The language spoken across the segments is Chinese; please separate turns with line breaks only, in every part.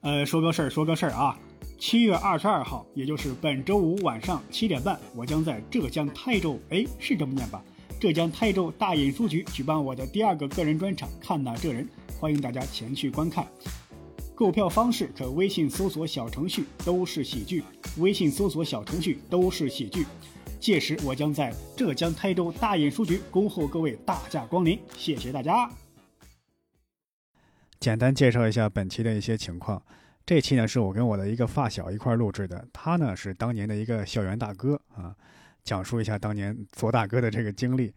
呃，说个事儿，说个事儿啊。七月二十二号，也就是本周五晚上七点半，我将在浙江台州，哎，是这么念吧？浙江台州大隐书局举办我的第二个个人专场《看哪这人》，欢迎大家前去观看。购票方式可微信搜索小程序“都是喜剧”，微信搜索小程序“都是喜剧”。届时我将在浙江台州大隐书局恭候各位大驾光临，谢谢大家。简单介绍一下本期的一些情况。这期呢是我跟我的一个发小一块儿录制的，他呢是当年的一个校园大哥啊，讲述一下当年做大哥的这个经历，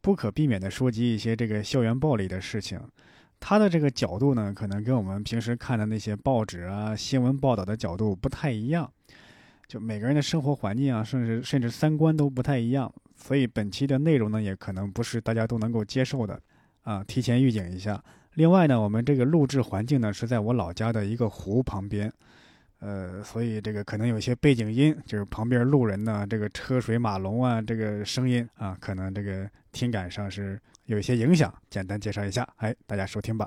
不可避免的说及一些这个校园暴力的事情。他的这个角度呢，可能跟我们平时看的那些报纸啊、新闻报道的角度不太一样，就每个人的生活环境啊，甚至甚至三观都不太一样，所以本期的内容呢，也可能不是大家都能够接受的啊，提前预警一下。另外呢，我们这个录制环境呢是在我老家的一个湖旁边，呃，所以这个可能有些背景音，就是旁边路人呢，这个车水马龙啊，这个声音啊，可能这个听感上是有一些影响。简单介绍一下，哎，大家收听吧。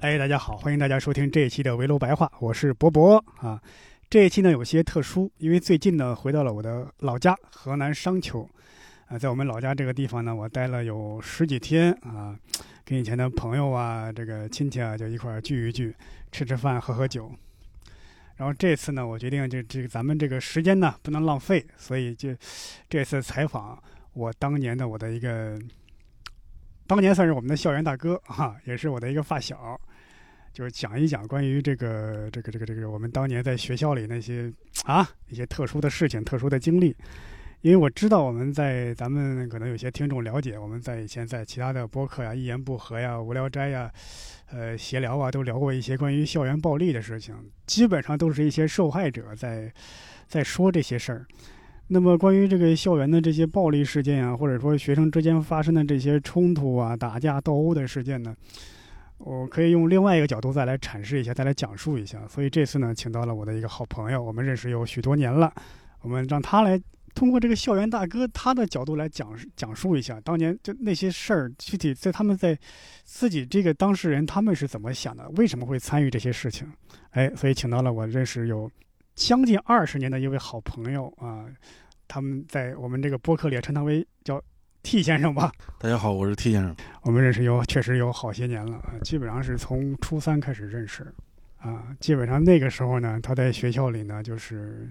哎，大家好，欢迎大家收听这一期的围炉白话，我是博博啊。这一期呢有些特殊，因为最近呢回到了我的老家河南商丘，啊，在我们老家这个地方呢，我待了有十几天啊，跟以前的朋友啊、这个亲戚啊就一块儿聚一聚，吃吃饭，喝喝酒。然后这次呢，我决定就这个咱们这个时间呢不能浪费，所以就这次采访我当年的我的一个，当年算是我们的校园大哥啊，也是我的一个发小。就是讲一讲关于这个这个这个这个我们当年在学校里那些啊一些特殊的事情、特殊的经历。因为我知道我们在咱们可能有些听众了解，我们在以前在其他的播客呀、一言不合呀、无聊斋呀、呃闲聊啊，都聊过一些关于校园暴力的事情，基本上都是一些受害者在在说这些事儿。那么关于这个校园的这些暴力事件啊，或者说学生之间发生的这些冲突啊、打架斗殴的事件呢，我可以用另外一个角度再来阐释一下，再来讲述一下。所以这次呢，请到了我的一个好朋友，我们认识有许多年了，我们让他来通过这个校园大哥他的角度来讲讲述一下当年就那些事儿，具体在他们在自己这个当事人他们是怎么想的，为什么会参与这些事情。哎，所以请到了我认识有将近二十年的一位好朋友啊，他们在我们这个播客里也称他为叫 T 先生吧。
大家好，我是 T 先生。
我们认识有确实有好些年了啊，基本上是从初三开始认识，啊，基本上那个时候呢，他在学校里呢就是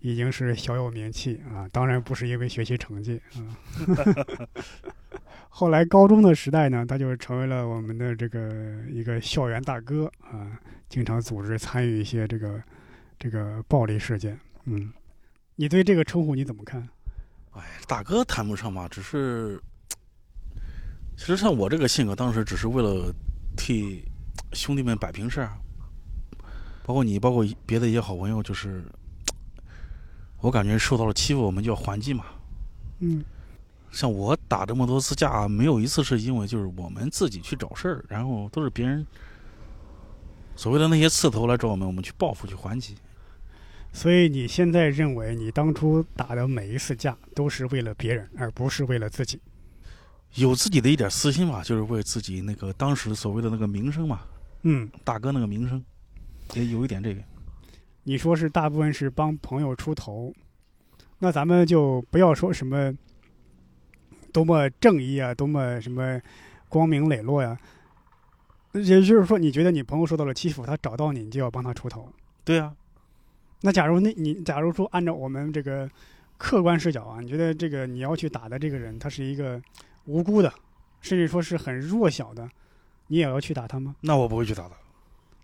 已经是小有名气啊，当然不是因为学习成绩啊。 后来高中的时代呢，他就成为了我们的这个一个校园大哥啊，经常组织参与一些这个这个暴力事件。嗯，你对这个称呼你怎么看？
哎，大哥谈不上吧，只是，其实像我这个性格，当时只是为了替兄弟们摆平事儿，啊包括你，包括别的一些好朋友，就是我感觉受到了欺负，我们就要还击嘛。
嗯
像我打这么多次架，没有一次是因为就是我们自己去找事儿，然后都是别人所谓的那些刺头来找我们，我们去报复去还击。
所以你现在认为你当初打的每一次架都是为了别人，而不是为了自己？
有自己的一点私心吧，就是为自己那个当时所谓的那个名声嘛，
嗯，
大哥那个名声，也有一点这个。
你说是大部分是帮朋友出头，那咱们就不要说什么多么正义啊，多么什么光明磊落呀、也就是说，你觉得你朋友受到了欺负，他找到你，你就要帮他出头。
对啊，
那假如那你假如说按照我们这个客观视角啊，你觉得这个你要去打的这个人，他是一个无辜的，甚至说是很弱小的，你也要去打他吗？
那我不会去打他。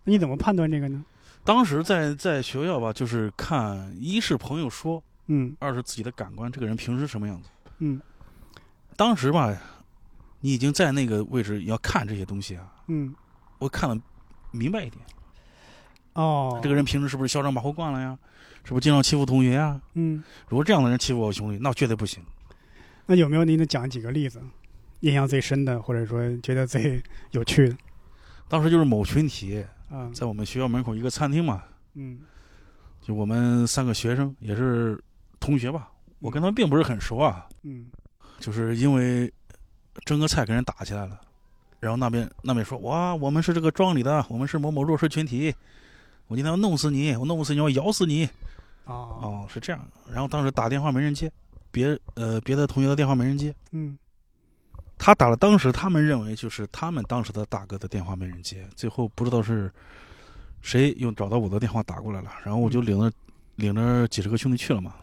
那你怎么判断这个呢？
当时在在学校吧，就是看一是朋友说，
嗯
二是自己的感官，这个人平时什么样子。
嗯
当时吧，你已经在那个位置，你要看这些东西啊，
嗯，
我看得明白一点。
哦，
这个人平时是不是嚣张跋扈惯了呀？是不是经常欺负同学呀？
嗯，
如果这样的人欺负我兄弟，那绝对不行。
那有没有您能讲几个例子，印象最深的，或者说觉得最有趣的？
当时就是某群体
啊，
在我们学校门口一个餐厅嘛，
嗯
就我们三个学生也是同学吧，我跟他们并不是很熟啊，
嗯
就是因为蒸个菜跟人打起来了，然后那边那边说哇，我们是这个庄里的，我们是某某弱势群体，我今天要弄死你，我弄不死你，我咬死你。
哦
哦，是这样。然后当时打电话没人接，别呃别的同学的电话没人接，
嗯
他打了当时他们认为就是他们当时的大哥的电话没人接，最后不知道是谁又找到我的电话打过来了，然后我就领着领着几十个兄弟去了嘛，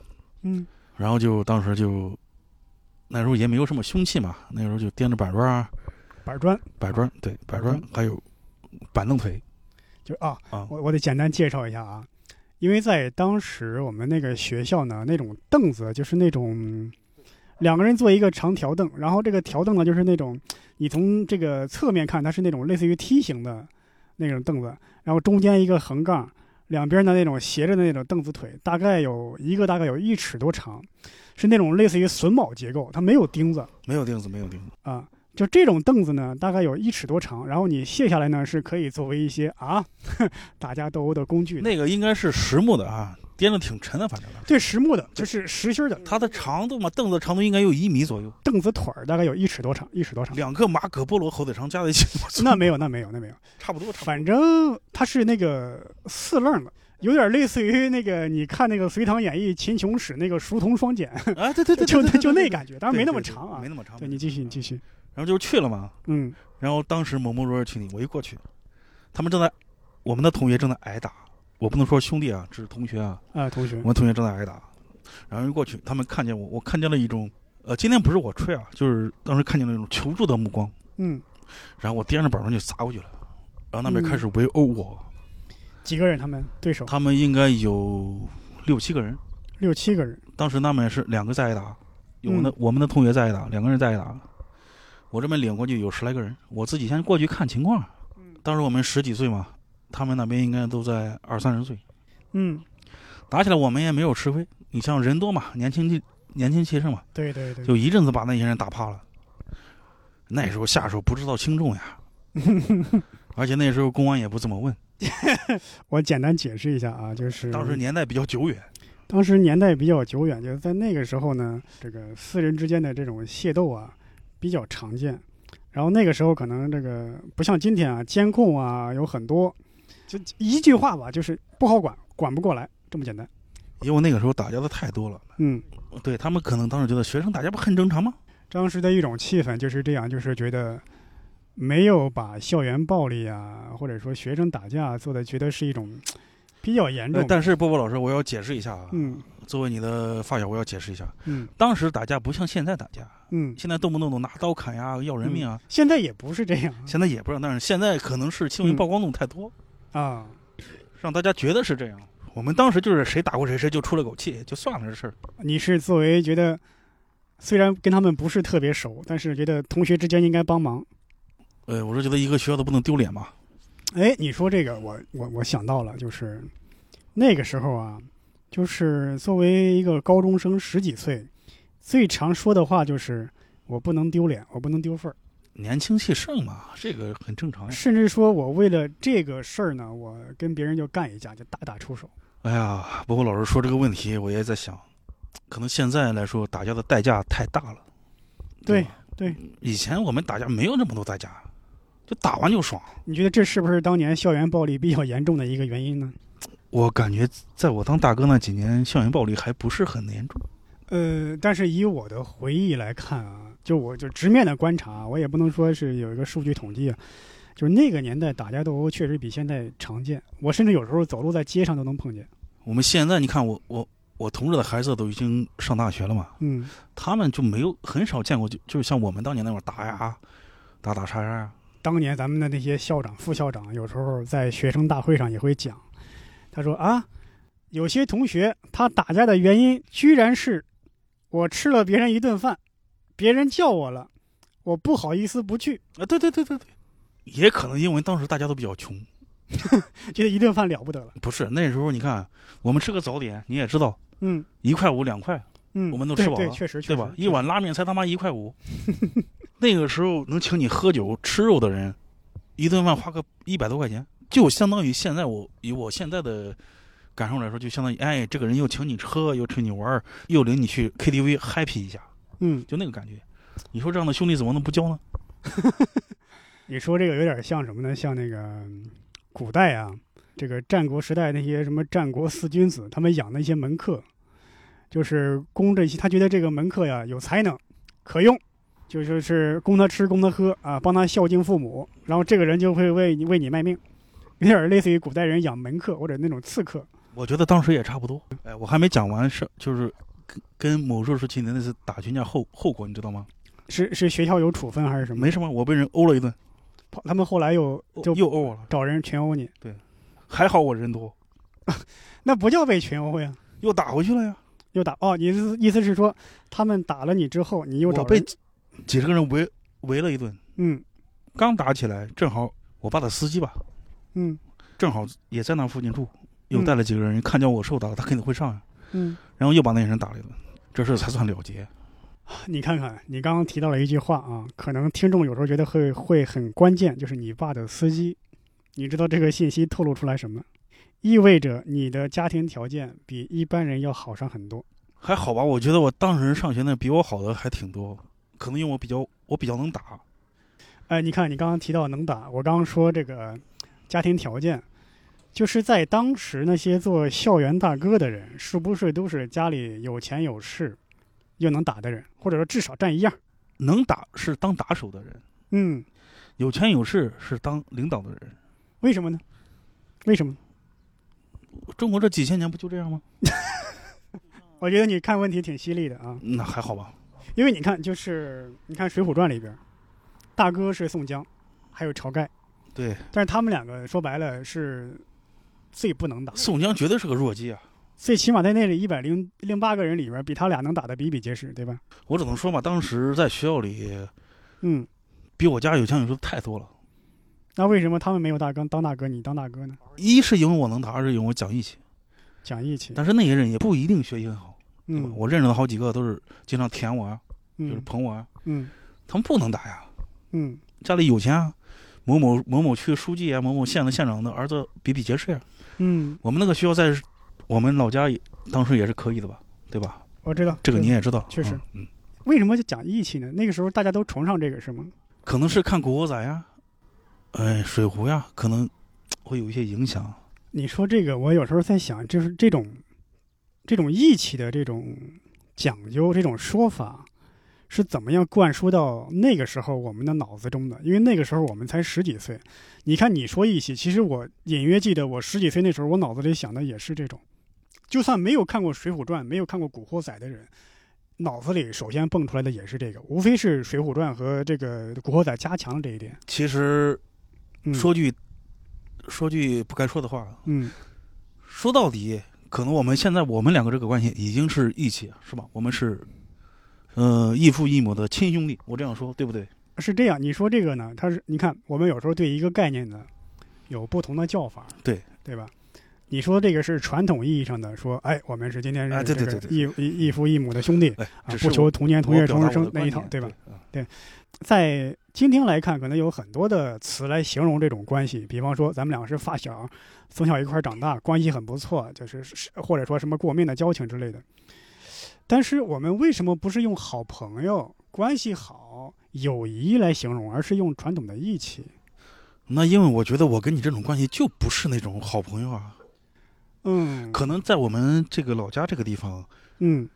嗯
然后就当时就那时候也没有什么凶器嘛，那时候就掂着板砖啊，
板砖
板砖对板
板
砖
砖，
还有板凳腿
就啊，
啊，
我我得简单介绍一下啊，因为在当时我们那个学校呢，那种凳子就是那种嗯两个人坐一个长条凳，然后这个条凳呢就是那种你从这个侧面看它是那种类似于梯形的那种凳子，然后中间一个横杠，两边的那种斜着的那种凳子腿，大概有一个大概有一尺多长，是那种类似于榫卯结构，它没有钉子
没有钉子，没有钉子，
啊。就这种凳子呢，大概有一尺多长，然后你卸下来呢，是可以作为一些啊 打架斗殴的工具的。
那个应该是实木的啊，掂着挺沉的，反正
对，实木的，就是实心儿的
它的长度嘛，凳子的长度应该有一米左右，
凳子腿儿，大概有一尺多长，一尺多长。
两个马可波罗火腿肠加在一起，我操
那没有，那没有，那没有。
差不多，差不多。
反正它是那个四棱的，有点类似于那个你看那个《隋唐演义·秦琼史》那个书童双减，
啊，对对对，
就
对对对
就那
对
感觉，当然没那么
对对
长啊
没。那么长。
对你继续，你继续。
然后就去了嘛，
嗯，
然后当时某某弱势群体，我一过去，他们正在我们的同学正在挨打，我不能说兄弟啊，只是同学啊，
啊，同学
我，们同学正在挨打，然后一过去，他们看见我，我看见了一种，呃，今天不是我吹啊，就是当时看见了一种求助的目光，
嗯，
然后我掂着板砖就砸过去了，然后那边
嗯
开始围殴我，
几个人？他们对手
他们应该有六七个人，
六七个人。
当时他们是两个在挨打，有
嗯
我的、我们的同学在挨打，两个人在挨打。我这边领过去有十来个人，我自己先过去看情况。当时我们十几岁嘛，他们那边应该都在二三十岁，
嗯，
打起来我们也没有吃亏。你像人多嘛，年轻气年轻气盛嘛，
对对对，
就一阵子把那些人打怕了。那时候下手不知道轻 重呀，而且那时候公安也不怎么问，
我简单解释一下啊，就是
当时年代比较久远，
当时年代比较久远，就是在那个时候呢，这个私人之间的这种械斗啊比较常见。然后那个时候可能这个不像今天啊，监控啊有很多，就一句话吧，就是不好管，管不过来，这么简单。
因为那个时候打架的太多了。
嗯，
对他们可能当时觉得学生打架不很正常吗？
当时的一种气氛就是这样，就是觉得没有把校园暴力啊，或者说学生打架啊做的，觉得是一种比较严
呃
重。
但是波波老师，我要解释一下啊，
嗯
作为你的发小，我要解释一下，
嗯
当时打架不像现在打架，
嗯，
现在动不动都拿刀砍呀、要人命啊，
现在也不是这样
现在也不知道，但是现在可能是新闻
嗯
曝光度太多，
啊。
让大家觉得是这样。我们当时就是谁打过谁，谁就出了口气，就算了这事儿。
你是作为觉得虽然跟他们不是特别熟，但是觉得同学之间应该帮忙。
呃，我是觉得一个学校都不能丢脸嘛。
哎，你说这个，我我我想到了，就是那个时候啊，就是作为一个高中生十几岁，最常说的话就是我不能丢脸，我不能丢份儿，
年轻气盛嘛，这个很正常呀。
甚至说我为了这个事儿呢，我跟别人就干一架，就大打出手。
哎呀，不过老师说这个问题，我也在想，可能现在来说打架的代价太大了。
对
吧
对，
以前我们打架没有那么多代价，就打完就爽。
你觉得这是不是当年校园暴力比较严重的一个原因呢？
我感觉在我当大哥那几年，校园暴力还不是很严重。
呃，但是以我的回忆来看啊，就我就直面的观察啊，我也不能说是有一个数据统计啊，就是那个年代打架斗殴确实比现在常见，我甚至有时候走路在街上都能碰见。
我们现在你看我，我我同志的孩子都已经上大学了嘛，
嗯
他们就没有很少见过，就就是像我们当年那会儿打呀，打打杀杀呀。
当年咱们的那些校长、副校长，有时候在学生大会上也会讲，他说啊，有些同学他打架的原因居然是我吃了别人一顿饭，别人叫我了，我不好意思不去。
啊，对对对对对，也可能因为当时大家都比较穷，
觉得一顿饭了不得了。
不是那时候你看，我们吃个早点，你也知道
嗯
一块五两块，
嗯，
我们都
对
吃饱
对，
了
确实确实
对吧？一碗拉面才他妈一 块五，那个时候能请你喝酒吃肉的人，一顿饭花个一百多块钱，就相当于现在我以我现在的感受来说，就相当于哎，这个人又请你喝，又请你玩儿，又领你去 KTV happy 一下，
嗯，
就那个感觉。你说这样的兄弟怎么能不交呢？
你说这个有点像什么呢？像那个嗯古代啊，这个战国时代那些什么战国四君子，他们养的一些门客，就是供这些，他觉得这个门客呀有才能，可用，就说是供他吃，供他喝啊，帮他孝敬父母，然后这个人就会为你为你卖命，有点类似于古代人养门客或者那种刺客。
我觉得当时也差不多。哎，我还没讲完是就是跟跟某硕时期的那次打群架后后果，你知道吗？
是是学校有处分还是什么？
没什么，我被人殴了一顿，
他们后来又
殴
就
哦又殴我了，
找人群殴你，
还好我人多，
那不叫被群殴呀，
又打回去了呀。
又打哦。你意思意思是说，他们打了你之后，你又
我
找
被
人
几几十个人围围了一顿，
嗯
刚打起来，正好我爸的司机吧，
嗯
正好也在那附近住，又
嗯
带了几个人，看见我受打了，他肯定会上呀，
嗯，
然后又把那人打了一顿，这事儿才算了结。
你看看，你刚刚提到了一句话啊，可能听众有时候觉得会会很关键，就是你爸的司机，你知道这个信息透露出来什么？意味着你的家庭条件比一般人要好上很多。
还好吧，我觉得我当时上学那比我好的还挺多，可能因为我比较我比较能打，
哎，你看，你刚刚提到能打，我刚刚说这个家庭条件，就是在当时那些做校园大哥的人，是不是都是家里有钱有势，又能打的人，或者说至少占一样？
能打是当打手的人，
嗯，
有钱有势是当领导的人。
为什么呢？为什么？
中国这几千年不就这样吗？
我觉得你看问题挺犀利的啊，
那还好吧，
因为你看，就是你看《水浒传》里边，大哥是宋江，还有晁盖，
对，
但是他们两个说白了是最不能打，
宋江绝对是个弱鸡啊。
最起码在那里一百零零八个人里边，比他俩能打的比比皆是，对吧？
我只能说嘛，当时在学校里
嗯，
比我家有钱有势的太多了。
那为什么他们没有大哥当大哥，你当大哥呢？
一是因为我能打，二是因为我讲义气。
讲义气，
但是那些人也不一定学习很好，对吧？
嗯，
我认识的好几个都是经常舔我啊，就是
嗯
捧我啊，
嗯
他们不能打呀，
嗯，
家里有钱啊，某某某某区书记啊，某某县的县长的儿子比比皆是呀、啊
嗯，
我们那个学校在我们老家也当时也是可以的吧，对吧？
我知道
这个
对
你也知道，
确实
嗯，嗯，
为什么就讲义气呢？那个时候大家都崇尚这个是吗？
可能是看《古惑仔》呀，哎，《水浒》呀，可能会有一些影响。
你说这个，我有时候在想，就是这种这种义气的这种讲究，这种说法是怎么样灌输到那个时候我们的脑子中的？因为那个时候我们才十几岁，你看你说义气，其实我隐约记得我十几岁那时候，我脑子里想的也是这种。就算没有看过《水浒传》，没有看过《古惑仔》的人，脑子里首先蹦出来的也是这个，无非是《水浒传》和这个《古惑仔》加强了这一点。
其实
嗯、
说句、说句不该说的话，
嗯，
说到底，可能我们现在我们两个这个关系已经是义气，是吧？我们是，呃，异父异母的亲兄弟，我这样说对不对？
是这样，你说这个呢？它是你看，我们有时候对一个概念呢，有不同的叫法，
对
对吧？你说这个是传统意义上的说，哎，我们是今天
哎
是这
对对
个
对
异异异父异母的兄弟
哎，
啊
只，是
不求同年同月
我表达
同
我
日
的
生那一套
观，点
对吧？？
啊
在今天来看，可能有很多的词来形容这种关系，比方说咱们俩是发小，从小一块儿长大，关系很不错，就是是或者说什么过命的交情之类的。但是我们为什么不是用好朋友、关系好、友谊来形容，而是用传统的义气？
那因为我觉得我跟你这种关系就不是那种好朋友啊，
嗯，
可能在我们这个老家这个地方，
嗯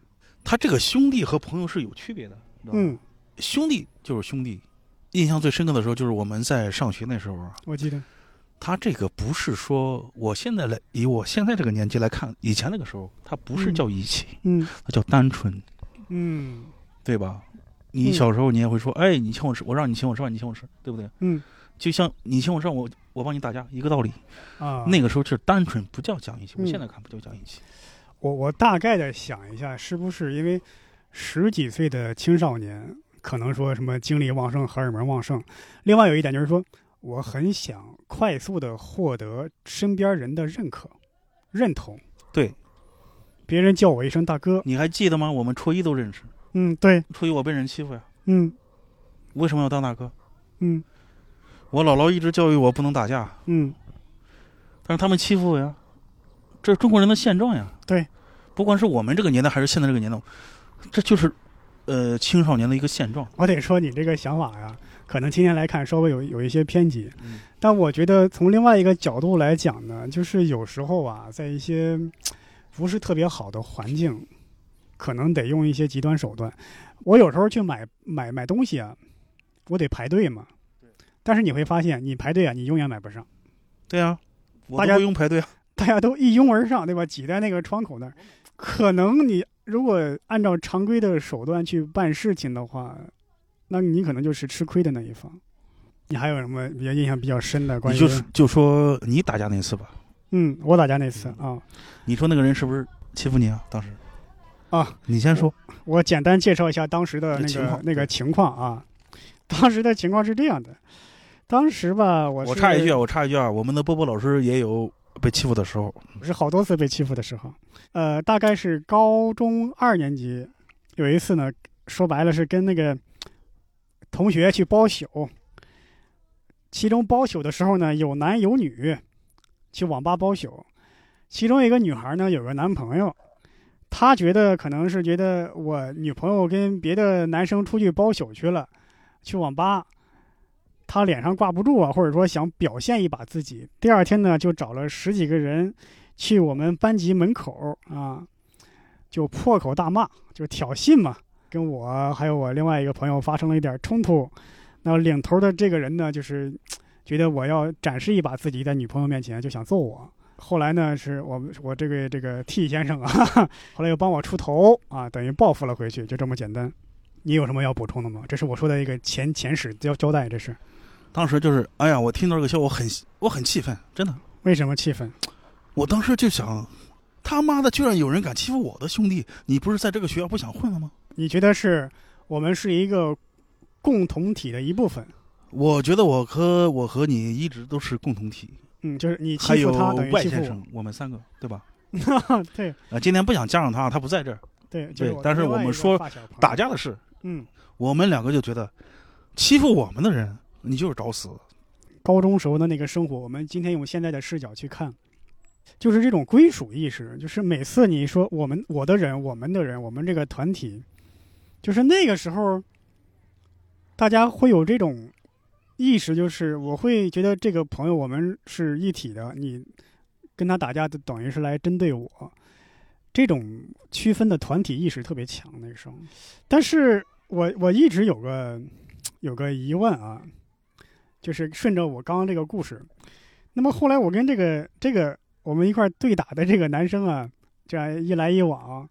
他这个兄弟和朋友是有区别的，你知道吗，
嗯，
兄弟就是兄弟。印象最深刻的时候就是我们在上学那时候啊，
我记得，
他这个不是说我现在来以我现在这个年纪来看，以前那个时候他不是
嗯
叫义气，
嗯
他叫单纯。
嗯
对吧？你
嗯
小时候你也会说，哎，你请我吃，我让你请我吃饭，你请我吃，对不对？
嗯
就像你请我吃饭，我我帮你打架，一个道理。
啊，
那个时候就是单纯不叫讲义气，我
嗯
现在看不叫讲义气。
我我大概的想一下，是不是因为十几岁的青少年可能说什么精力旺盛、荷尔蒙旺盛？另外有一点就是说，我很想快速的获得身边人的认可、认同。
对，
别人叫我一声大哥，
你还记得吗？我们初一都认识，
嗯，对，
初一我被人欺负呀，
嗯
为什么要当大哥？
嗯
我姥姥一直教育我不能打架，
嗯，
但是他们欺负我呀，这是中国人的现状呀。
对，
不管是我们这个年代还是现在这个年代，这就是呃青少年的一个现状。
我得说你这个想法呀，可能今天来看稍微有有一些偏激，
嗯
但我觉得从另外一个角度来讲呢，就是有时候啊，在一些嗯不是特别好的环境，可能得用一些极端手段。我有时候去买买买东西啊，我得排队嘛。但是你会发现，你排队啊，你永远买不上。
对呀、我
啊大
都
家
不用排队啊。
大家都一拥而上，对吧？挤在那个窗口那儿，可能你如果按照常规的手段去办事情的话，那你可能就是吃亏的那一方。你还有什么比较印象比较深的关
你
于？
就是就说你打架那次吧，
嗯，我打架那次啊，
你说那个人是不是欺负你啊？当时
啊，
你先说。
我简单介绍一下当时的那
情
个
况
那个
对
情况啊。当时的情况是这样的，当时吧，我
我
是
插一句啊，我插一句啊，我们的波波老师也有被欺负的时候。
是好多次被欺负的时候，呃，大概是高中二年级，有一次呢，说白了是跟那个同学去包宿，其中包宿的时候呢，有男有女，去网吧包宿，其中一个女孩呢有个男朋友，她觉得可能是觉得我女朋友跟别的男生出去包宿去了，去网吧，她脸上挂不住啊，或者说想表现一把自己。第二天呢，就找了十几个人去我们班级门口啊，就破口大骂，就挑衅嘛，跟我还有我另外一个朋友发生了一点冲突。那领头的这个人呢，就是觉得我要展示一把自己在女朋友面前，就想揍我。后来呢，是我们我这个这个 T 先生啊， 后来又帮我出头啊，等于报复了回去，就这么简单。你有什么要补充的吗？这是我说的一个前前史交交代，这是
当时就是，哎呀，我听到这个消息，我很我很气愤，真的。
为什么气愤？
我当时就想，他妈的，居然有人敢欺负我的兄弟！你不是在这个学校不想混了吗？
你觉得是我们是一个共同体的一部分？
我觉得我和我和你一直都是共同体，
嗯，就是你
还
欺
有
负他等于
外
欺
先
负
生，我们三个，对吧？
我。 对
啊，今天不想加上他，他不在这儿。
对，就是
对但是
另外
我们
一个
说
发小朋友
打，架的事，
嗯，
我们两个就觉得，欺负我们的人，你就是找死。
高中时候的那个生活，我们今天用现在的视角去看，就是这种归属意识，就是每次你说我们我的人，我们的人，我们这个团体，就是那个时候，大家会有这种意识，就是我会觉得这个朋友我们是一体的，你跟他打架就等于是来针对我，这种区分的团体意识特别强那个时候。但是我我一直有个有个疑问啊，就是顺着我刚刚这个故事，那么后来我跟这个这个我们一块儿对打的这个男生啊，这样一来一往，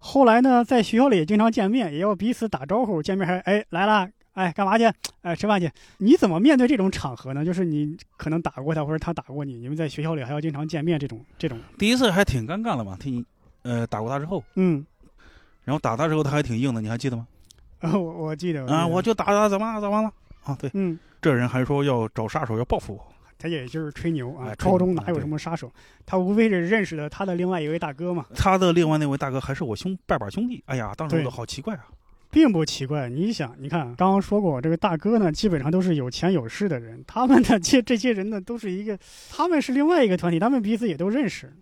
后来呢，在学校里也经常见面，也要彼此打招呼，见面还哎来啦，哎干嘛去？哎吃饭去？你怎么面对这种场合呢？就是你可能打过他，或者他打过你，你们在学校里还要经常见面，这种这种，
第一次还挺尴尬的嘛，听，呃，打过他之后，
嗯，
然后打他之后他还挺硬的，你还记得吗？
啊我我记得
啊，
记得
我就打他，怎么了？怎么了？啊，对，
嗯。
这人还说要找杀手要报复 我。
他也就是吹牛啊
哎，吹牛
高中哪
啊
有
对
什么杀手？他无非是认识了他的另外一位大哥嘛，
他的另外那位大哥还是我兄拜把兄弟。哎呀，当时我
对
都好奇怪啊！
并不奇怪。你想，你看刚刚说过，这个大哥呢，基本上都是有钱有势的人，他们的这这些人呢，都是一个， 他们是另外一个团体，他们彼此也都认识。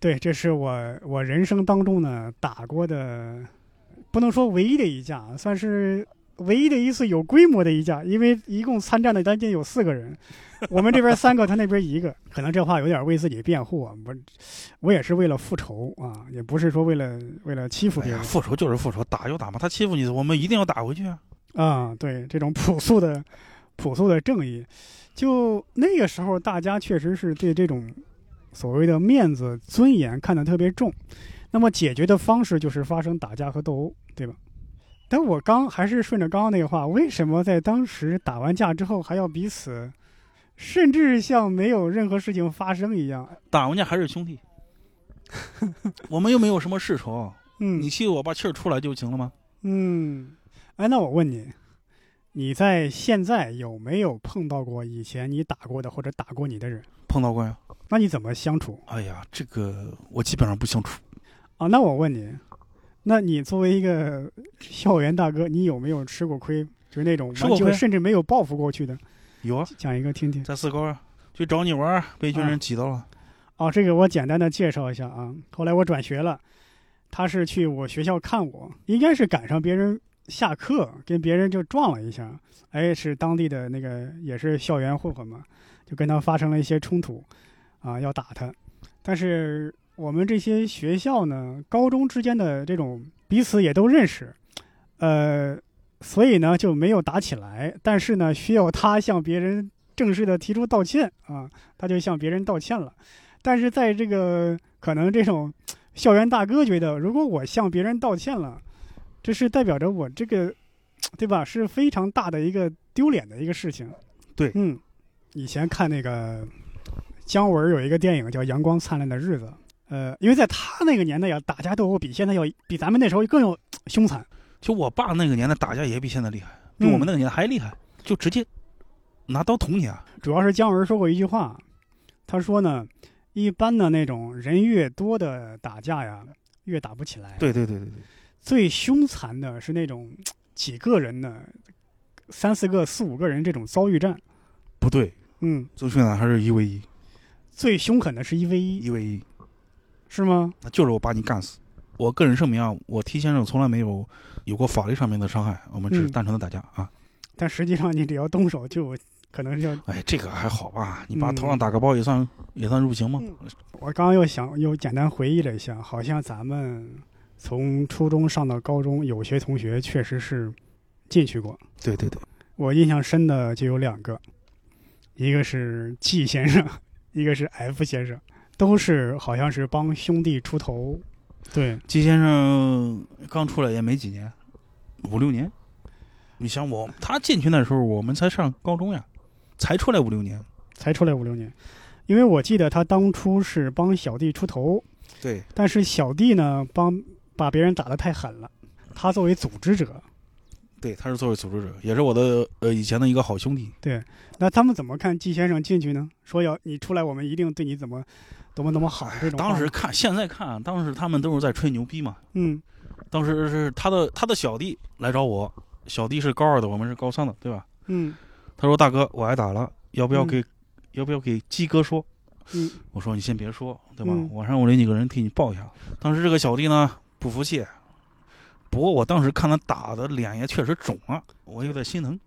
对，这是我我人生当中呢打过的，不能说唯一的一架，算是唯一的一次有规模的一架，因为一共参战的将近有四个人，我们这边三个，他那边一个。可能这话有点为自己辩护啊，我我也是为了复仇啊，也不是说为了为了欺负
哎
别
呀，
人。
复仇就是复仇，打就打嘛。他欺负你，我们一定要打回去啊！
啊、对这种朴素的、朴素的正义，就那个时候，大家确实是对这种所谓的面子、尊严看得特别重。那么解决的方式就是发生打架和斗殴，对吧？但我刚还是顺着刚刚那个话，为什么在当时打完架之后还要彼此，甚至像没有任何事情发生一样？
打完架还是兄 弟，我们又没有什么世仇，
嗯
你气我把气儿出来就行了吗？
嗯，哎，那我问你，你在现在有没有碰到过以前你打过的或者打过你的人？
碰到过呀。
那你怎么相处
哎呀，这个我基本上不相处。
啊？那我问你，那你作为一个校园大哥，你有没有吃过亏？就是那种
吃过
完
亏
全甚至没有报复过去的，
有啊，嗯
讲一个听听。
在四高啊，去找你玩儿，被军
啊
人挤到了。
哦，这个我简单的介绍一下啊。后来我转学了，他是去我学校看我，应该是赶上别人下课，跟别人就撞了一下。哎，是当地的那个也是校园混混嘛，就跟他发生了一些冲突，啊，要打他。但是我们这些学校呢，高中之间的这种彼此也都认识，呃，所以呢就没有打起来。但是呢，需要他向别人正式的提出道歉啊，他就向别人道歉了。但是在这个可能这种校园大哥觉得，如果我向别人道歉了，这是代表着我这个，对吧？是非常大的一个丢脸的一个事情。
对
嗯，以前看那个姜文儿有一个电影叫《阳光灿烂的日子》，呃，因为在他那个年代呀，打架斗殴比现在要比咱们那时候更要凶残。嗯
就我爸那个年代打架也比现在厉害，比我们那个年代还厉害，就直接拿刀捅你啊！
主要是姜文说过一句话，他说呢，一般的那种人越多的打架呀，越打不起来。
对对对对对，
最凶残的是那种几个人的，三四个、四五个人这种遭遇战。
不对，
嗯，
周迅呢还是一 v 一，
最凶狠的是一 v 一，
一 v 一，
是吗？
那就是我把你干死。我个人声明啊，我 T 先生从来没有有过法律上面的伤害，我们只是
嗯
单纯的打架啊。
但实际上，你只要动手，就可能就……
哎，这个还好吧？你把
嗯
头上打个包也算、也算入刑吗？
嗯我刚刚又想又简单回忆了一下，好像咱们从初中上到高中，有些同学确实是进去过。
对对对，
我印象深的就有两个，一个是 G 先生， 一个是 F 先生，都是好像是帮兄弟出头。对，
季先生刚出来也没几年，五六年。你想我他进去那时候，我们才上高中呀，才出来五六年。
才出来五六年，因为我记得他当初是帮小弟出头，
对，
但是小弟呢帮把别人打得太狠了，他作为组织者，
对，他是作为组织者，也是我的呃以前的一个好兄弟。
那他们怎么看季先生进去呢？说要你出来，我们一定对你怎么多么多么好这种话。
当时看，现在看，啊当时他们都是在吹牛逼嘛。
嗯
当时是他的他的小弟来找我，小弟是高二的，我们是高三的，对吧？
嗯
他说：“大哥，我挨打了，要不要
嗯
给、要不要给鸡哥说？”
嗯
我说：“你先别说，对吧？
嗯
我让我邻几个人替你报一下。”当时这个小弟呢不服气，不过我当时看他打的脸也确实肿啊，我有点心疼。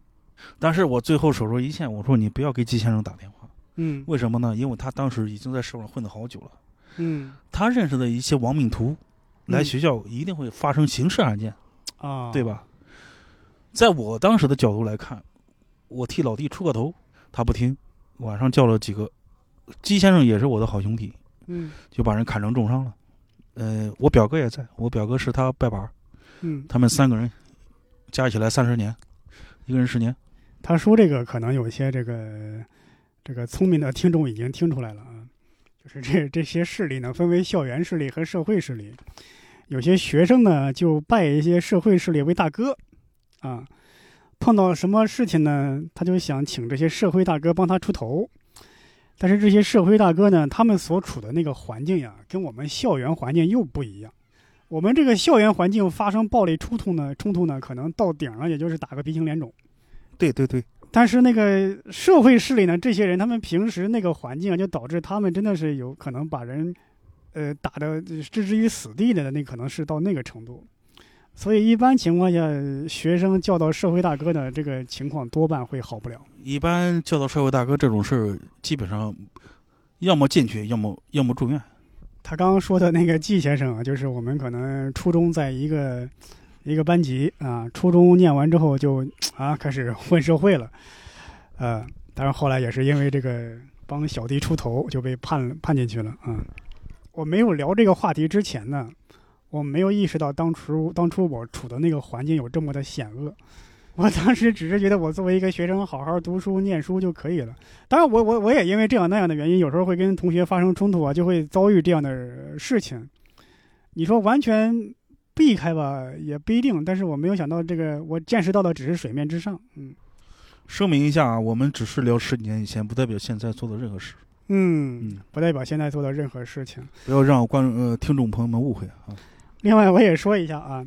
但是我最后手术一线，我说你不要给季先生打电话，
嗯
为什么呢？因为他当时已经在社会上混得好久了，
嗯
他认识的一些亡命徒来
嗯
学校一定会发生刑事案件，
啊，
对吧？在我当时的角度来看，我替老弟出个头，他不听，晚上叫了几个，季先生也是我的好兄弟，
嗯
就把人砍成重伤了。呃，我表哥也在，我表哥是他拜把儿，
嗯，
他们三个人加起来三十年，一个人十年。
他说这个可能有些这个这个聪明的听众已经听出来了啊，就是这这些势力呢分为校园势力和社会势力，有些学生呢就拜一些社会势力为大哥啊，碰到什么事情呢，他就想请这些社会大哥帮他出头。但是这些社会大哥呢，他们所处的那个环境呀，跟我们校园环境又不一样。我们这个校园环境发生暴力冲突呢，冲突呢，可能到顶了，也就是打个鼻青脸肿。
对对对，
但是那个社会势力呢，这些人他们平时那个环境啊，就导致他们真的是有可能把人，呃，打的置之于死地的，那可能是到那个程度。所以一般情况下，学生叫到社会大哥呢，这个情况多半会好不了。
一般叫到社会大哥这种事儿，基本上要么进去，要么要么住院。
他刚刚说的那个季先生啊，就是我们可能初中在一个一个班级啊，初中念完之后就啊开始混社会了，呃，当然后来也是因为这个帮小弟出头就被判了判进去了啊。我没有聊这个话题之前呢，我没有意识到当初当初我处的那个环境有这么的险恶。我当时只是觉得我作为一个学生，好好读书念书就可以了。当然我，我我也因为这样那样的原因，有时候会跟同学发生冲突啊，就会遭遇这样的事情。你说完全避开吧，也不一定。但是我没有想到这个，我见识到的只是水面之上。嗯
声明一下啊，我们只是聊十几年以前，不代表现在做的任何事。
嗯
嗯，
不代表现在做的任何事情。
不要让观众呃听众朋友们误会啊。
另外，我也说一下啊，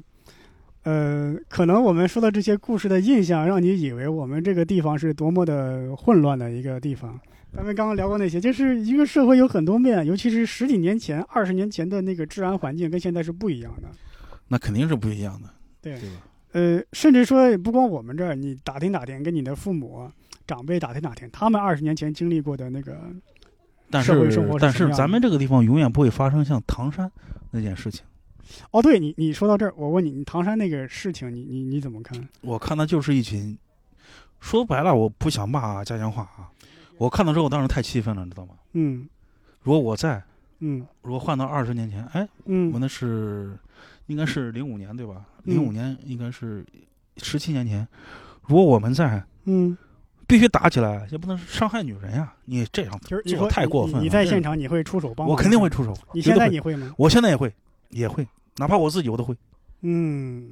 呃，可能我们说的这些故事的印象，让你以为我们这个地方是多么的混乱的一个地方。咱们刚刚聊过那些，就是一个社会有很多面，尤其是十几年前、二十年前的那个治安环境跟现在是不一样的。
那肯定是不一样的，
对
对吧？
呃，甚至说不光我们这儿，你打听打听，跟你的父母长辈打听打听，他们二十年前经历过的那个，
但
社会
是
生活是什么
但是
样的
咱们这个地方永远不会发生像唐山那件事情。
哦，对你，你说到这儿，我问你，你唐山那个事情，你你你怎么看？
我看他就是一群，说白了，我不想骂家乡话啊。我看到之后，当时太气愤了，你知道吗？
嗯
如果我在，
嗯
如果换到二十年前，哎，我
嗯
那是应该是零五年对吧？
嗯
零五年应该是十七年前。如果我们在，
嗯，
必须打起来，也不能伤害女人呀！你这样
就是你
做
说
太
你
过分了。
你你在
这样
现，场你会出手帮忙？
我肯定会。出手。
你
绝
现
对
在
会
你会吗？
我现在也会，也会，哪怕我自己我都会。
嗯，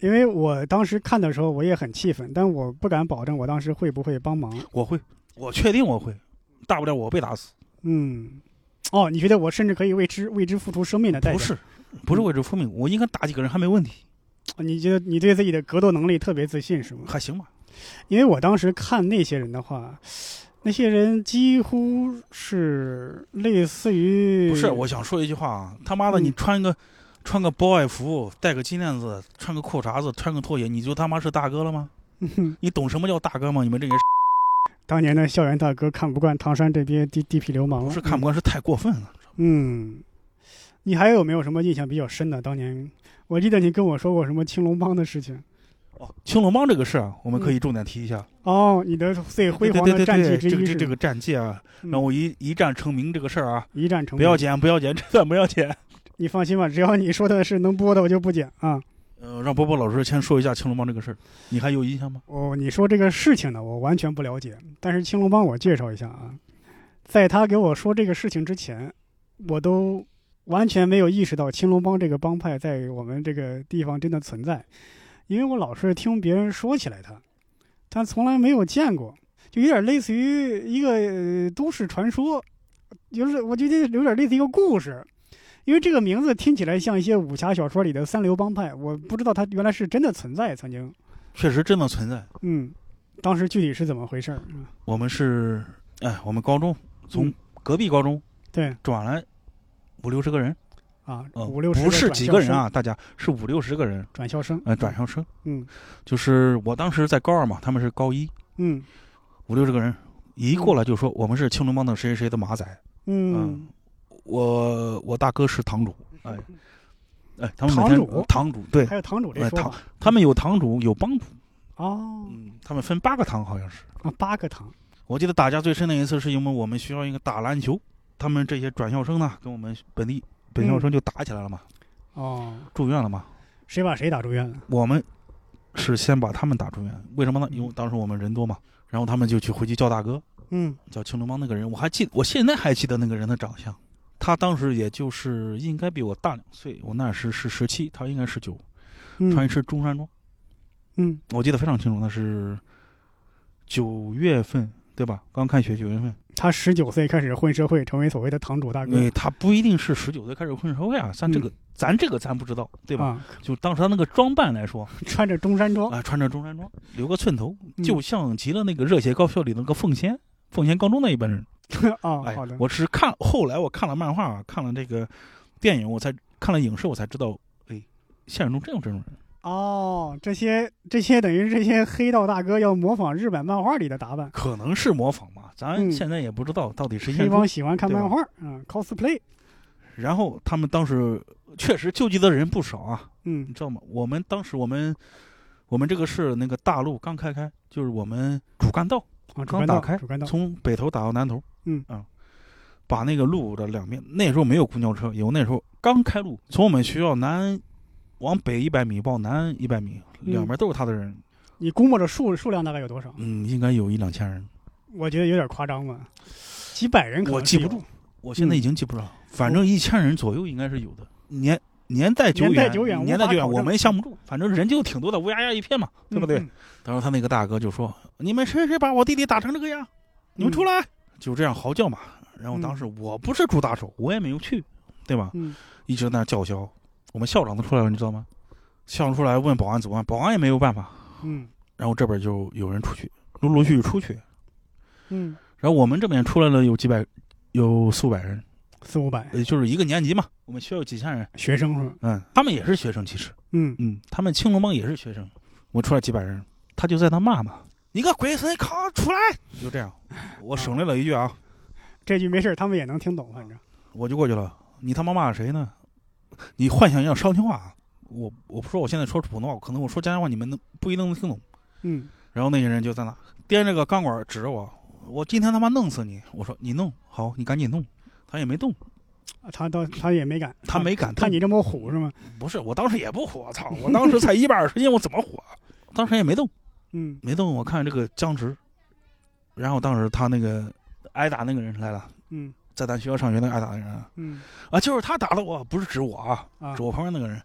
因为我当时看的时候我也很气愤，但我不敢保证我当时会不会帮忙。
我会，我确定我会，大不了我被打死。
嗯，哦，你觉得我甚至可以为之为之付出生命的代价？
不是，
嗯
不是为之出名，我应该打几个人还没问题，
你觉得你对自己的格斗能力特别自信是吗？
还行吧。
因为我当时看那些人的话，那些人几乎是类似于
不是，我想说一句话啊，他妈的，
嗯
你穿个穿个包外服，戴个金链子，穿个裤衩子，穿个拖鞋，你就他妈是大哥了吗？你懂什么叫大哥吗？你们这些
当年的校园大哥看不惯唐山这边地地痞流氓了，
不是看不惯，是太过分了。
嗯，你还有没有什么印象比较深的？当年我记得你跟我说过什么青龙帮的事情。
哦，青龙帮这个事啊，我们可以重点提一下。
哦，你的最辉煌
对
的
对对
战绩
对
之
这
一
个这
是
这个战绩啊，
嗯
让我一一战成名这个事儿啊，
一战成名。
不要剪，不要剪，真的不 要剪。
你放心吧，只要你说的是能播的，我就不剪啊。
呃，让波波老师先说一下青龙帮这个事儿，你还有印象吗？
哦，你说这个事情呢，我完全不了解。但是青龙帮我介绍一下啊，在他给我说这个事情之前，我都完全没有意识到青龙帮这个帮派在我们这个地方真的存在，因为我老是听别人说起来他，但从来没有见过，就有点类似于一个、呃都市传说，就是我觉得有点类似一个故事。因为这个名字听起来像一些武侠小说里的三流帮派，我不知道它原来是真的存在曾经。
确实真的存在。
嗯，当时具体是怎么回事儿？嗯
我们是，哎，我们高中从
嗯
隔壁高中
对
转来五六十个人，
啊，
呃，
五六十
不是
转
几
校
个人
生，
啊，大家是五六十个人，
转校生，
呃，转校生，
嗯
就是我当时在高二嘛，他们是高一，
嗯
五六十个人，一过来就说我们是青龙帮的谁谁谁的马仔，
嗯
我我大哥是堂主，哎哎，他们每
堂
天
主
堂主对
还，有堂主这
哎
说
堂
法
他们有堂主有帮主，
哦
嗯，他们分八个堂好像是。
啊，八个堂，
我记得打架最深的一次是因为我们学校一个打篮球，他们这些转校生呢跟我们本地本校生就打起来了嘛，
哦，
住院了嘛。
谁把谁打住院了？
我们是先把他们打住院，为什么呢？因为当时我们人多嘛，然后他们就去回去叫大哥，
嗯
叫青龙帮那个人，我还记，我现在还记得那个人的长相。他当时也就是应该比我大两岁，我那时是十七，他应该十九，穿一
嗯
身中山装，
嗯
我记得非常清楚，那是九月份对吧？刚开学九月份，
他十九岁开始混社会，成为所谓的堂主大哥嗯
因，为他不一定是十九岁开始混社会啊，咱这个、咱这个咱不知道，对吧？
啊，
就当时他那个装扮来说，
穿着中山装，
啊，穿着中山装，留个寸头，
嗯
就像极了那个《热血高校》里那个奉先，奉先高中那一帮人。
啊，
哎
好的，，
我是看后来我看了漫画，看了这个电影，我才看了影视，我才知道，哎，现实中真有这种人。
哦，这些这些等于是这些黑道大哥要模仿日本漫画里的打扮，
可能是模仿嘛，咱
嗯
现在也不知道到底是
黑
现
帮
实。
喜欢看
对吧
漫画啊，cosplay，
然后他们当时确实救济的人不少啊，你
嗯
知道吗？我们当时我们我们这个是那个大路刚开开，就是我们主干道
啊，主
刚
干
打
道
开
主干道，
从北头打到南头，
嗯
啊，把那个路的两边，那时候没有公交车，有那时候刚开路，从我们学校南往北一百米，往南一百米，
嗯
两边都是他的人，
你估摸着数数量大概有多少？
嗯，应该有一两千人，
我觉得有点夸张吧，几百人可能
我记
是
不
有嗯
住，我现在已经记不住了，反正一千人左右应该是有的。年年代久远，
年代久远
年代久
无法
远，
考证
我们想不住，反正人就挺多的，乌压压一片嘛，对不对？
嗯
当时他那个大哥就说
你们谁谁把我弟弟打成这个样？你们出来！就这样嚎叫嘛。然后当时我不是主打手，我也没有去，对吧？
嗯
一直在那叫嚣。我们校长都出来了，你知道吗？校长出来问保安怎么办，保安也没有办法。
嗯
然后这边就有人出去，陆陆续续出去。
嗯，
然后我们这边出来了有几百，有四五百人，
四五百
也就是一个年级嘛。我们学校有几千人，
学生是吧？
嗯，他们也是学生，其实，
嗯
嗯，他们青龙帮也是学生。我出来几百人，他就在那骂嘛，你个鬼孙，靠，出来！就这 样，我省略了一句啊，
这句没事儿，他们也能听懂，反正
我就过去了。你他妈骂谁呢？你幻想一下商丘话啊，我我不说我现在说普通话，可能我说家乡话，你们能不一定能听懂。
嗯
然后那些人就在那掂着个钢管指着我，我今天他妈弄死你！我说你弄好，你赶紧弄。他也没动，
啊他倒他也没敢，啊
他没敢 动。
看你这么虎是吗？
不是，我当时也不火，我操！我当时才一百二十斤，我怎么火？当时也没动，
嗯
没动。我看这个僵直，然后当时他那个挨打那个人来了，
嗯
在咱学校上学那个挨打那个人
嗯
啊，就是他打的我，不是指我啊，
啊
指我旁边那个人。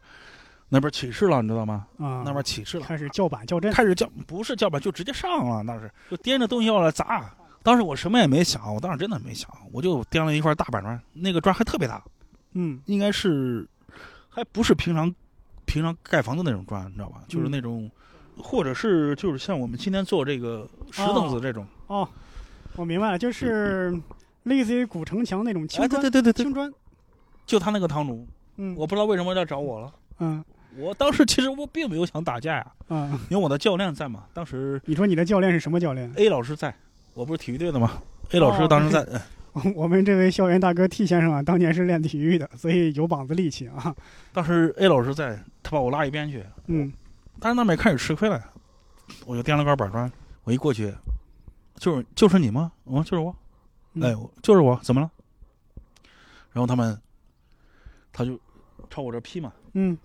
那边起事了，你知道吗？
啊，
那边起事了。
开始叫板叫阵，
开始叫不是叫板，就直接上了，那是就掂着东西要来砸。当时我什么也没想，我当时真的没想，我就掂了一块大板砖，那个砖还特别大，
嗯
应该是还不是平常平常盖房子那种砖，你知道吧？就是那种，或者是就是像我们今天做这个石凳子这种，
哦，我明白了，就是类似于古城墙那种青
哎，对
砖
对对对对，
青砖，
就他那个堂主，
嗯
我不知道为什么要找我了。
嗯
我当时其实我并没有想打架呀、
啊，
因为我的教练在嘛，当时
你说你的教练是什么教练？
A 老师在，我不是体育队的嘛，A 老师
哦
当时在， 呃
我们这位校园大哥 T 先生啊，当年是练体育的，所以有膀子力气啊。
当时 A 老师在，他把我拉一边去，
嗯
但是那边开始吃亏了，我就掂了块板砖，我一过去，就是就是你吗？我说就是我，
嗯
哎，我就是我，怎么了？然后他们，他就朝我这劈嘛，
嗯，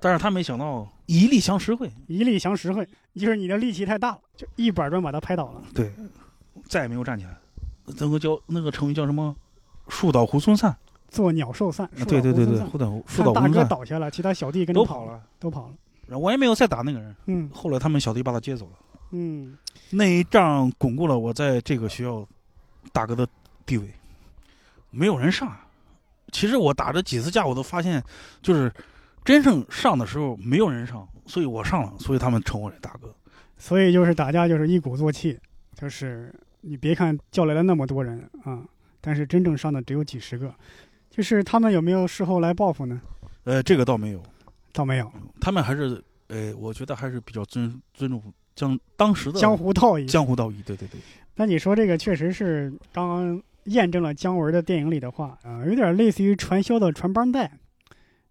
但是他没想到一力降十会，
一力降十会，就是你的力气太大了，就一板砖把他拍倒了。
再也没有站起来。那个叫那个成语叫什么？树倒猢狲散。
做鸟兽散，
啊对对对对，
树
树倒树
倒
倒
猢狲散看大
猢狲
哥
散
倒下了，其他小弟跟着
都
跑
跑
了，
了。
都跑了。
然后我也没有再打那个人。
嗯
后来他们小弟把他接走了。
嗯，
那一仗巩固了我在这个学校大哥的地位，没有人上。啊其实我打这几次架，我都发现，就是真正上的时候没有人上，所以我上了，所以他们称我为大哥。
所以就是打架就是一鼓作气，就是你别看叫来了那么多人啊，但是真正上的只有几十个。就是他们有没有事后来报复呢？
呃，这个倒没有，
倒没有，
他们还是，呃，我觉得还是比较尊尊重江当时的
江湖道义。
江湖道义。对对对，
那你说这个确实是刚刚验证了姜文的电影里的话，呃，有点类似于传销的传帮带，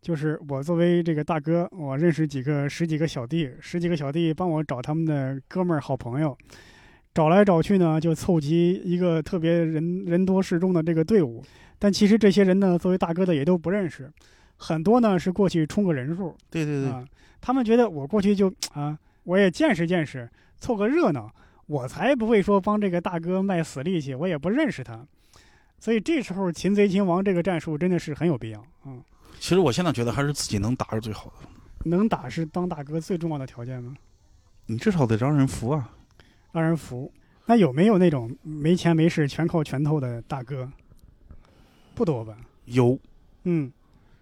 就是我作为这个大哥，我认识几个十几个小弟，十几个小弟帮我找他们的哥们儿好朋友，找来找去呢，就凑集一个特别人人多势众的这个队伍，但其实这些人呢，作为大哥的也都不认识，很多呢是过去充个人数，
对对对，
啊，他们觉得我过去就啊，我也见识见识，凑个热闹，我才不会说帮这个大哥卖死力气，我也不认识他，所以这时候擒贼擒王这个战术真的是很有必要啊、嗯
其实我现在觉得还是自己能打是最好的，
能打是当大哥最重要的条件吗？
你至少得让人服啊。
让人服。那有没有那种没钱没势全靠拳头的大哥？不多吧？
有，
嗯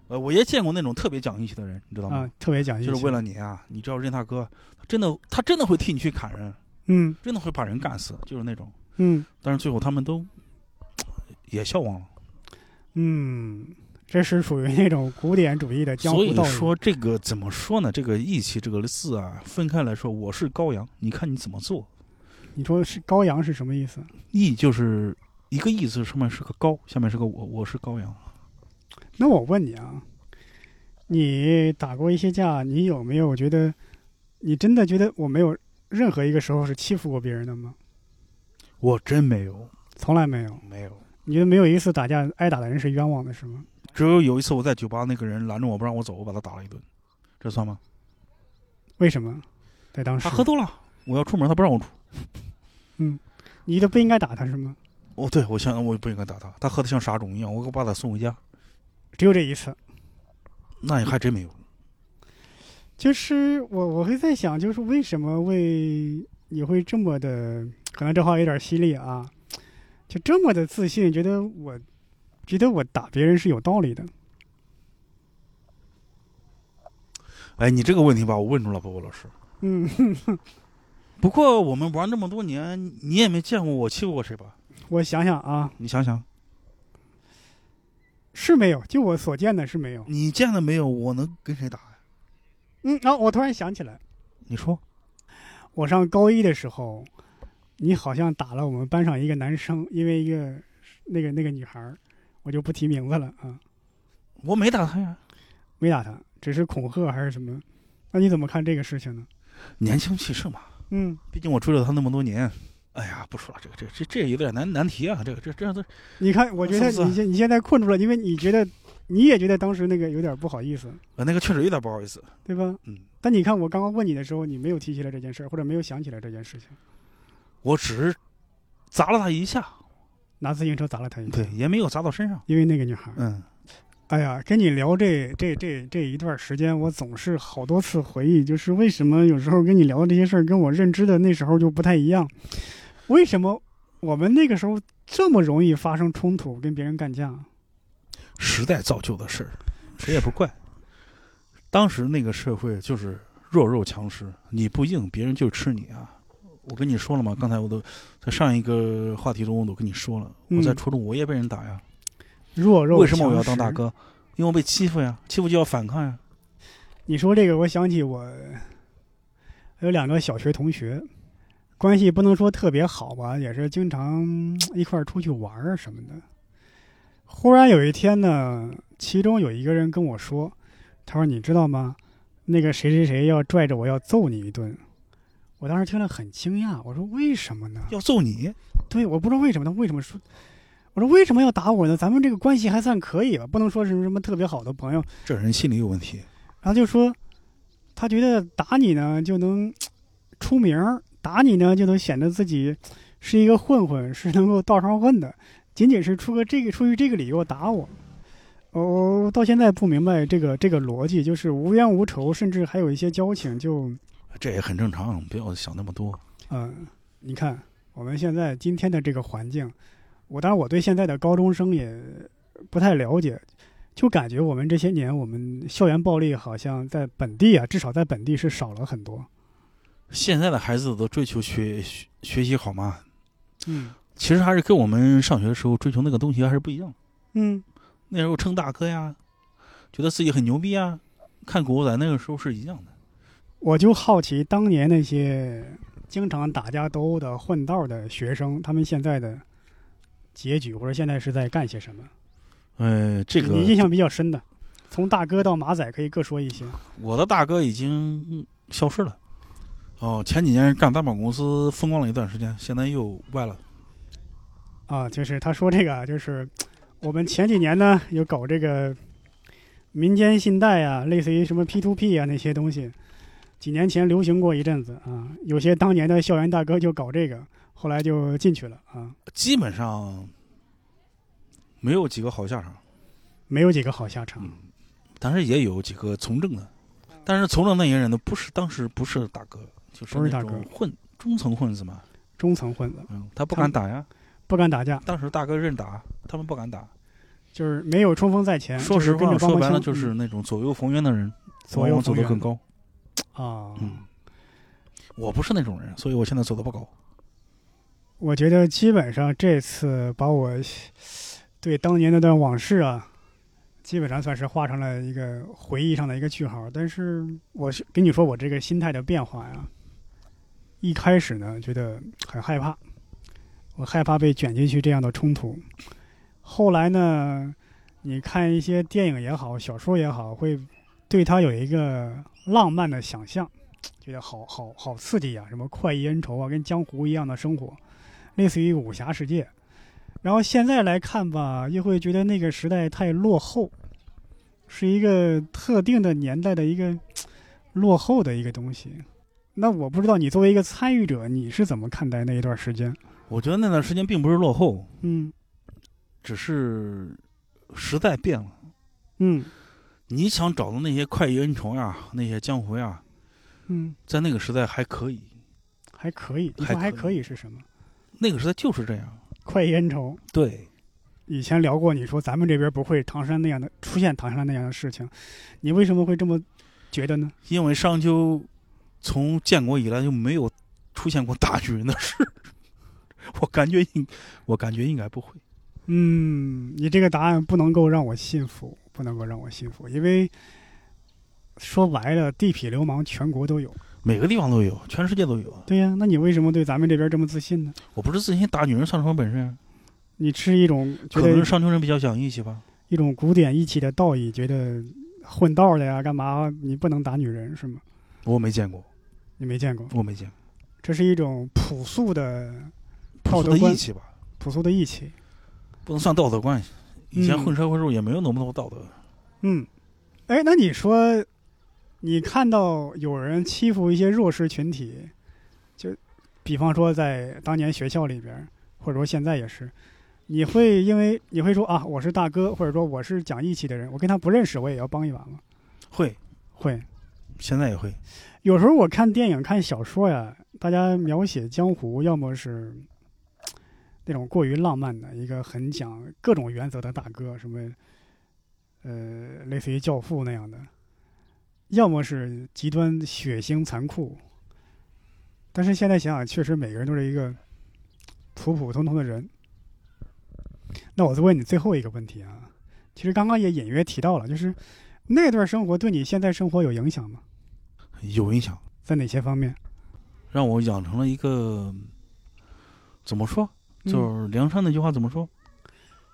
呃，我也见过那种特别讲义气的人，你知道吗？
啊，特别讲义气，
就是为了你啊！你知道任大哥，他真的他真的会替你去砍人，
嗯
真的会把人干死，就是那种。
嗯
但是最后他们都也消亡了。
嗯，这是属于那种古典主义的江
所
湖
以
道义。
说这个怎么说呢？这个义气这个字啊，分开来说，我是羔羊，你看你怎么做。
你说是羔羊是什么意思？
义就是一个义字，上面是个高，下面是个我，我是羔羊。
那我问你啊，你打过一些架，你有没有觉得，你真的觉得我没有任何一个时候是欺负过别人的吗？
我真没有，
从来没有。
没有。
你觉得没有一次打架挨打的人是冤枉的，是吗？
只有有一次我在酒吧，那个人拦着我不让我走，我把他打了一顿，这算吗？
为什么？在当时
他，喝多了，我要出门，他不让我出。
你都不应该打他，是吗？
哦，对，我想我不应该打他，他喝的像傻种一样，我把他送回家。
只有这一次。
那也还真没有。
就是我我会在想，就是为什么会你会这么的，可能这话有点犀利啊，就这么的自信，觉得我觉得我打别人是有道理的。
哎，你这个问题吧，我问住了，波波老师。
嗯，
不过我们玩这么多年，你也没见过我欺负过谁吧？
我想想啊，
你想想，
是没有，就我所见的是没有。
你见了没有？我能跟谁打呀？
嗯，啊，我突然想起来，
你说，
我上高一的时候，你好像打了我们班上一个男生，因为一个那个那个女孩儿，我就不提名字了啊，
我没打他呀。
没打他，只是恐吓还是什么？那你怎么看这个事情呢？
年轻气盛嘛，
嗯，
毕竟我追了他那么多年。哎呀，不说了，这个这个这这有点难难题啊，这个这这这
你看，我觉得
是不是
你现你现在困住了，因为你觉得你也觉得当时那个有点不好意思，
呃那个确实有点不好意思。
对吧？
嗯，
但你看我刚刚问你的时候，你没有提起来这件事儿，或者没有想起来这件事情，
我只是砸了他一下，
拿自行车砸了他一下
对，，也没有砸到身上。
因为那个女孩儿。
嗯，
哎呀，跟你聊这这这这一段时间，我总是好多次回忆，就是为什么有时候跟你聊的这些事儿，跟我认知的那时候就不太一样。为什么我们那个时候这么容易发生冲突，跟别人干架？
时代造就的事儿，谁也不怪。当时那个社会就是弱肉强食，你不硬，别人就吃你啊。我跟你说了嘛，刚才我都在上一个话题中我都跟你说了，我在
嗯
初中我也被人打呀，
弱肉
为什么我要当
强食
大？哥？因为我被欺负呀，欺负就要反抗呀。
你说这个，我想起我有两个小学同学，关系不能说特别好吧，也是经常嘖一块儿出去玩儿啊什么的。忽然有一天呢，其中有一个人跟我说：“他说你知道吗？那个谁谁谁要拽着我要揍你一顿。”我当时听了很惊讶，我说：“为什么呢？”
要揍你，
对，我不知道为什么他为什么说，我说为什么要打我呢？咱们这个关系还算可以吧，不能说是什么特别好的朋友。
这人心理有问题。
然后就说他觉得打你呢就能出名儿，打你呢就能显得自己是一个混混，是能够道上混的。仅仅是出个这个出于这个理由打我，我、我到现在不明白这个这个逻辑，就是无冤无仇，甚至还有一些交情，就
这也很正常，不要想那么多。
嗯，你看我们现在今天的这个环境，我当然我对现在的高中生也不太了解，就感觉我们这些年我们校园暴力好像在本地啊，至少在本地是少了很多。
现在的孩子都追求学学学习好吗？
嗯
其实还是跟我们上学的时候追求那个东西还是不一样。
嗯，
那时候称大哥呀，觉得自己很牛逼啊，看古惑仔那个时候是一样的。
我就好奇当年那些经常打架斗殴的混道的学生，他们现在的结局或者现在是在干些什么？
呃，这个
你印象比较深的，从大哥到马仔可以各说一些。
我的大哥已经消失了。哦，前几年干担保公司风光了一段时间，现在又歪了。
啊，就是他说这个啊，就是我们前几年呢有搞这个民间信贷啊，类似于什么 P to P 啊那些东西，几年前流行过一阵子啊，有些当年的校园大哥就搞这个，后来就进去了啊，
基本上没有几个好下场，
没有几个好下场。
嗯但是也有几个从政的，但是从政那些人呢，不是当时不是大哥，就是
不是
那
大哥
种混中层混子嘛。
中层混子
嗯，他不
他
敢
们
打呀，
不敢打架，
当时大哥认打，他们不敢打。
就是没有冲锋在前，
说
就
实
哎是跟
话，
着帮帮
说白了
腔
就是
嗯
那种左右逢源的人，
左
往
右
往走
逢
得
源
更高。
啊。
嗯，我不是那种人，所以我现在走得不高。
我觉得基本上这次把我对当年那段往事啊，基本上算是画上了一个回忆上的一个句号。但是我是跟你说，我这个心态的变化呀，一开始呢觉得很害怕，我害怕被卷进去这样的冲突。后来呢，你看一些电影也好，小说也好，会对它有一个浪漫的想象，觉得好好好刺激呀、什么快意恩仇啊，跟江湖一样的生活。类似于武侠世界。然后现在来看吧，又会觉得那个时代太落后，是一个特定的年代的一个落后的一个东西。那我不知道你作为一个参与者，你是怎么看待那一段时间？
我觉得那段时间并不是落后，
嗯
只是时代变了。
嗯
你想找的那些快意恩仇呀，那些江湖呀，
嗯，
在那个时代还可以，
还可以。你
还
说还
可
可
以
以是什么？
那个时代就是这样。
快意恩仇。
对，
以前聊过，你说咱们这边不会唐山那样的出现唐山那样的事情，你为什么会这么觉得呢？
因为商丘从建国以来就没有出现过大女人的事， 我感觉应，我感觉应该不会。
嗯，你这个答案不能够让我信服，不能够让我信服，因为说白了，地痞流氓全国都有。
每个地方都有，全世界都有。
对呀、那你为什么对咱们这边这么自信呢？
我不是自信打女人算什么本事啊？
你是一种觉
可能
得
是商丘人比较讲义气吧。
一种古典义气的道义，觉得混道的呀，干嘛你不能打女人是吗？
我没见过，
你没见过，
我没见过。
这是一种朴素的道
朴素
德
的
观
义气吧，
朴素的义气。
不能算道德关系。以前
嗯
混社会时候也没有那么多道德。
嗯，哎，那你说，你看到有人欺负一些弱势群体，就比方说在当年学校里边儿，或者说现在也是，你会因为你会说啊，我是大哥，或者说我是讲义气的人，我跟他不认识，我也要帮一把吗？
会，
会。
现在也会。
有时候我看电影、看小说呀，大家描写江湖，要么是那种过于浪漫的一个很讲各种原则的大哥，什么呃，类似于教父那样的；要么是极端血腥残酷。但是现在想想，确实每个人都是一个普普通通的人。那我再问你最后一个问题啊，其实刚刚也隐约提到了，就是那段生活对你现在生活有影响吗？
有影响，
在哪些方面？
让我养成了一个怎么说？
嗯
就是梁山那句话怎么 说？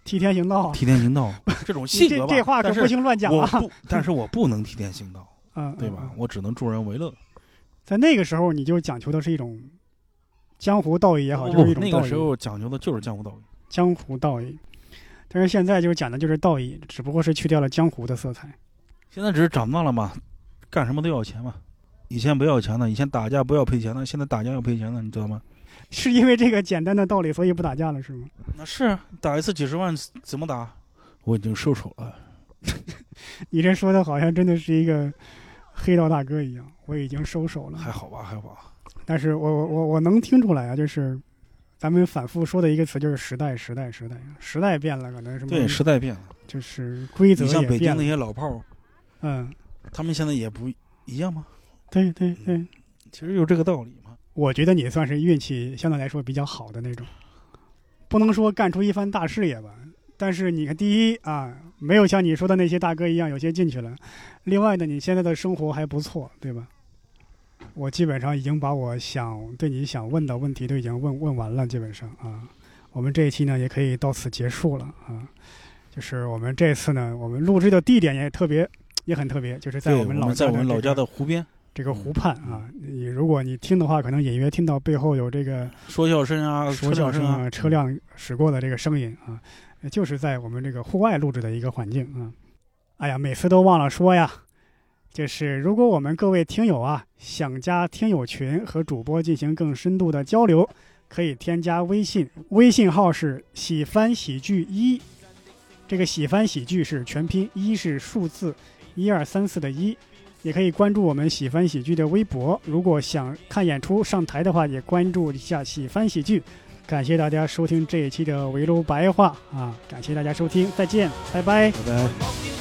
替天行道啊，
替天行道这种
你
性
这
格吧。
这话可
但是
不行乱讲
我
啊，
不， 但是我不能替天行道，
嗯，
对
嗯
吧？
嗯
我只能助人为乐。
在那个时候，你就讲求的是一种江湖道义也好，
不
就是一种
哦那
道
个
义
时，候讲究的就是江湖道义。
江湖道义。但是现在就讲的就是道义，只不过是去掉了江湖的色彩。
现在只是长大了嘛，干什么都要钱嘛。以前不要钱的，以前打架不要赔钱的，现在打架要赔钱的，你知道吗？
是因为这个简单的道理，所以不打架了，是吗？
那是啊，打一次几十万怎么打？我已经收手了。
你这说的好像真的是一个黑道大哥一样，我已经收手了。
还好吧，还好吧。
但是我我我我能听出来啊，就是咱们反复说的一个词，就是时代，时代，时代，时代变了，可能什么
对，时代变了。
就是规则
你像
也
北
变
京那
了，
些老炮儿，
嗯。
他们现在也不一样吗？
对对对，
其实有这个道理嘛。
我觉得你算是运气相对来说比较好的那种，不能说干出一番大事业吧。但是你看，第一啊，没有像你说的那些大哥一样有些进去了；另外呢，你现在的生活还不错，对吧？我基本上已经把我想对你想问的问题都已经问问完了，基本上啊，我们这一期呢也可以到此结束了啊。就是我们这次呢，我们录制的地点也特别，也很特别，就是在
对
我们老
在
家
我们老
这
家
个
的湖边，
这个湖畔啊，你如果你听的话，可能隐约听到背后有这个
说笑声啊，
说笑
车辆
声
声
啊、车辆驶过的这个声音啊，呃就是在我们这个户外录制的一个环境啊。哎呀，每次都忘了说呀，就是如果我们各位听友啊想加听友群和主播进行更深度的交流，可以添加微信，微信号是喜翻喜剧一，这个喜翻喜剧是全拼，一是数字一二三四的一。也可以关注我们喜翻喜剧的微博，如果想看演出上台的话，也关注一下喜翻喜剧。感谢大家收听这一期的围炉白话啊！感谢大家收听，再见，拜拜。
拜拜。
walking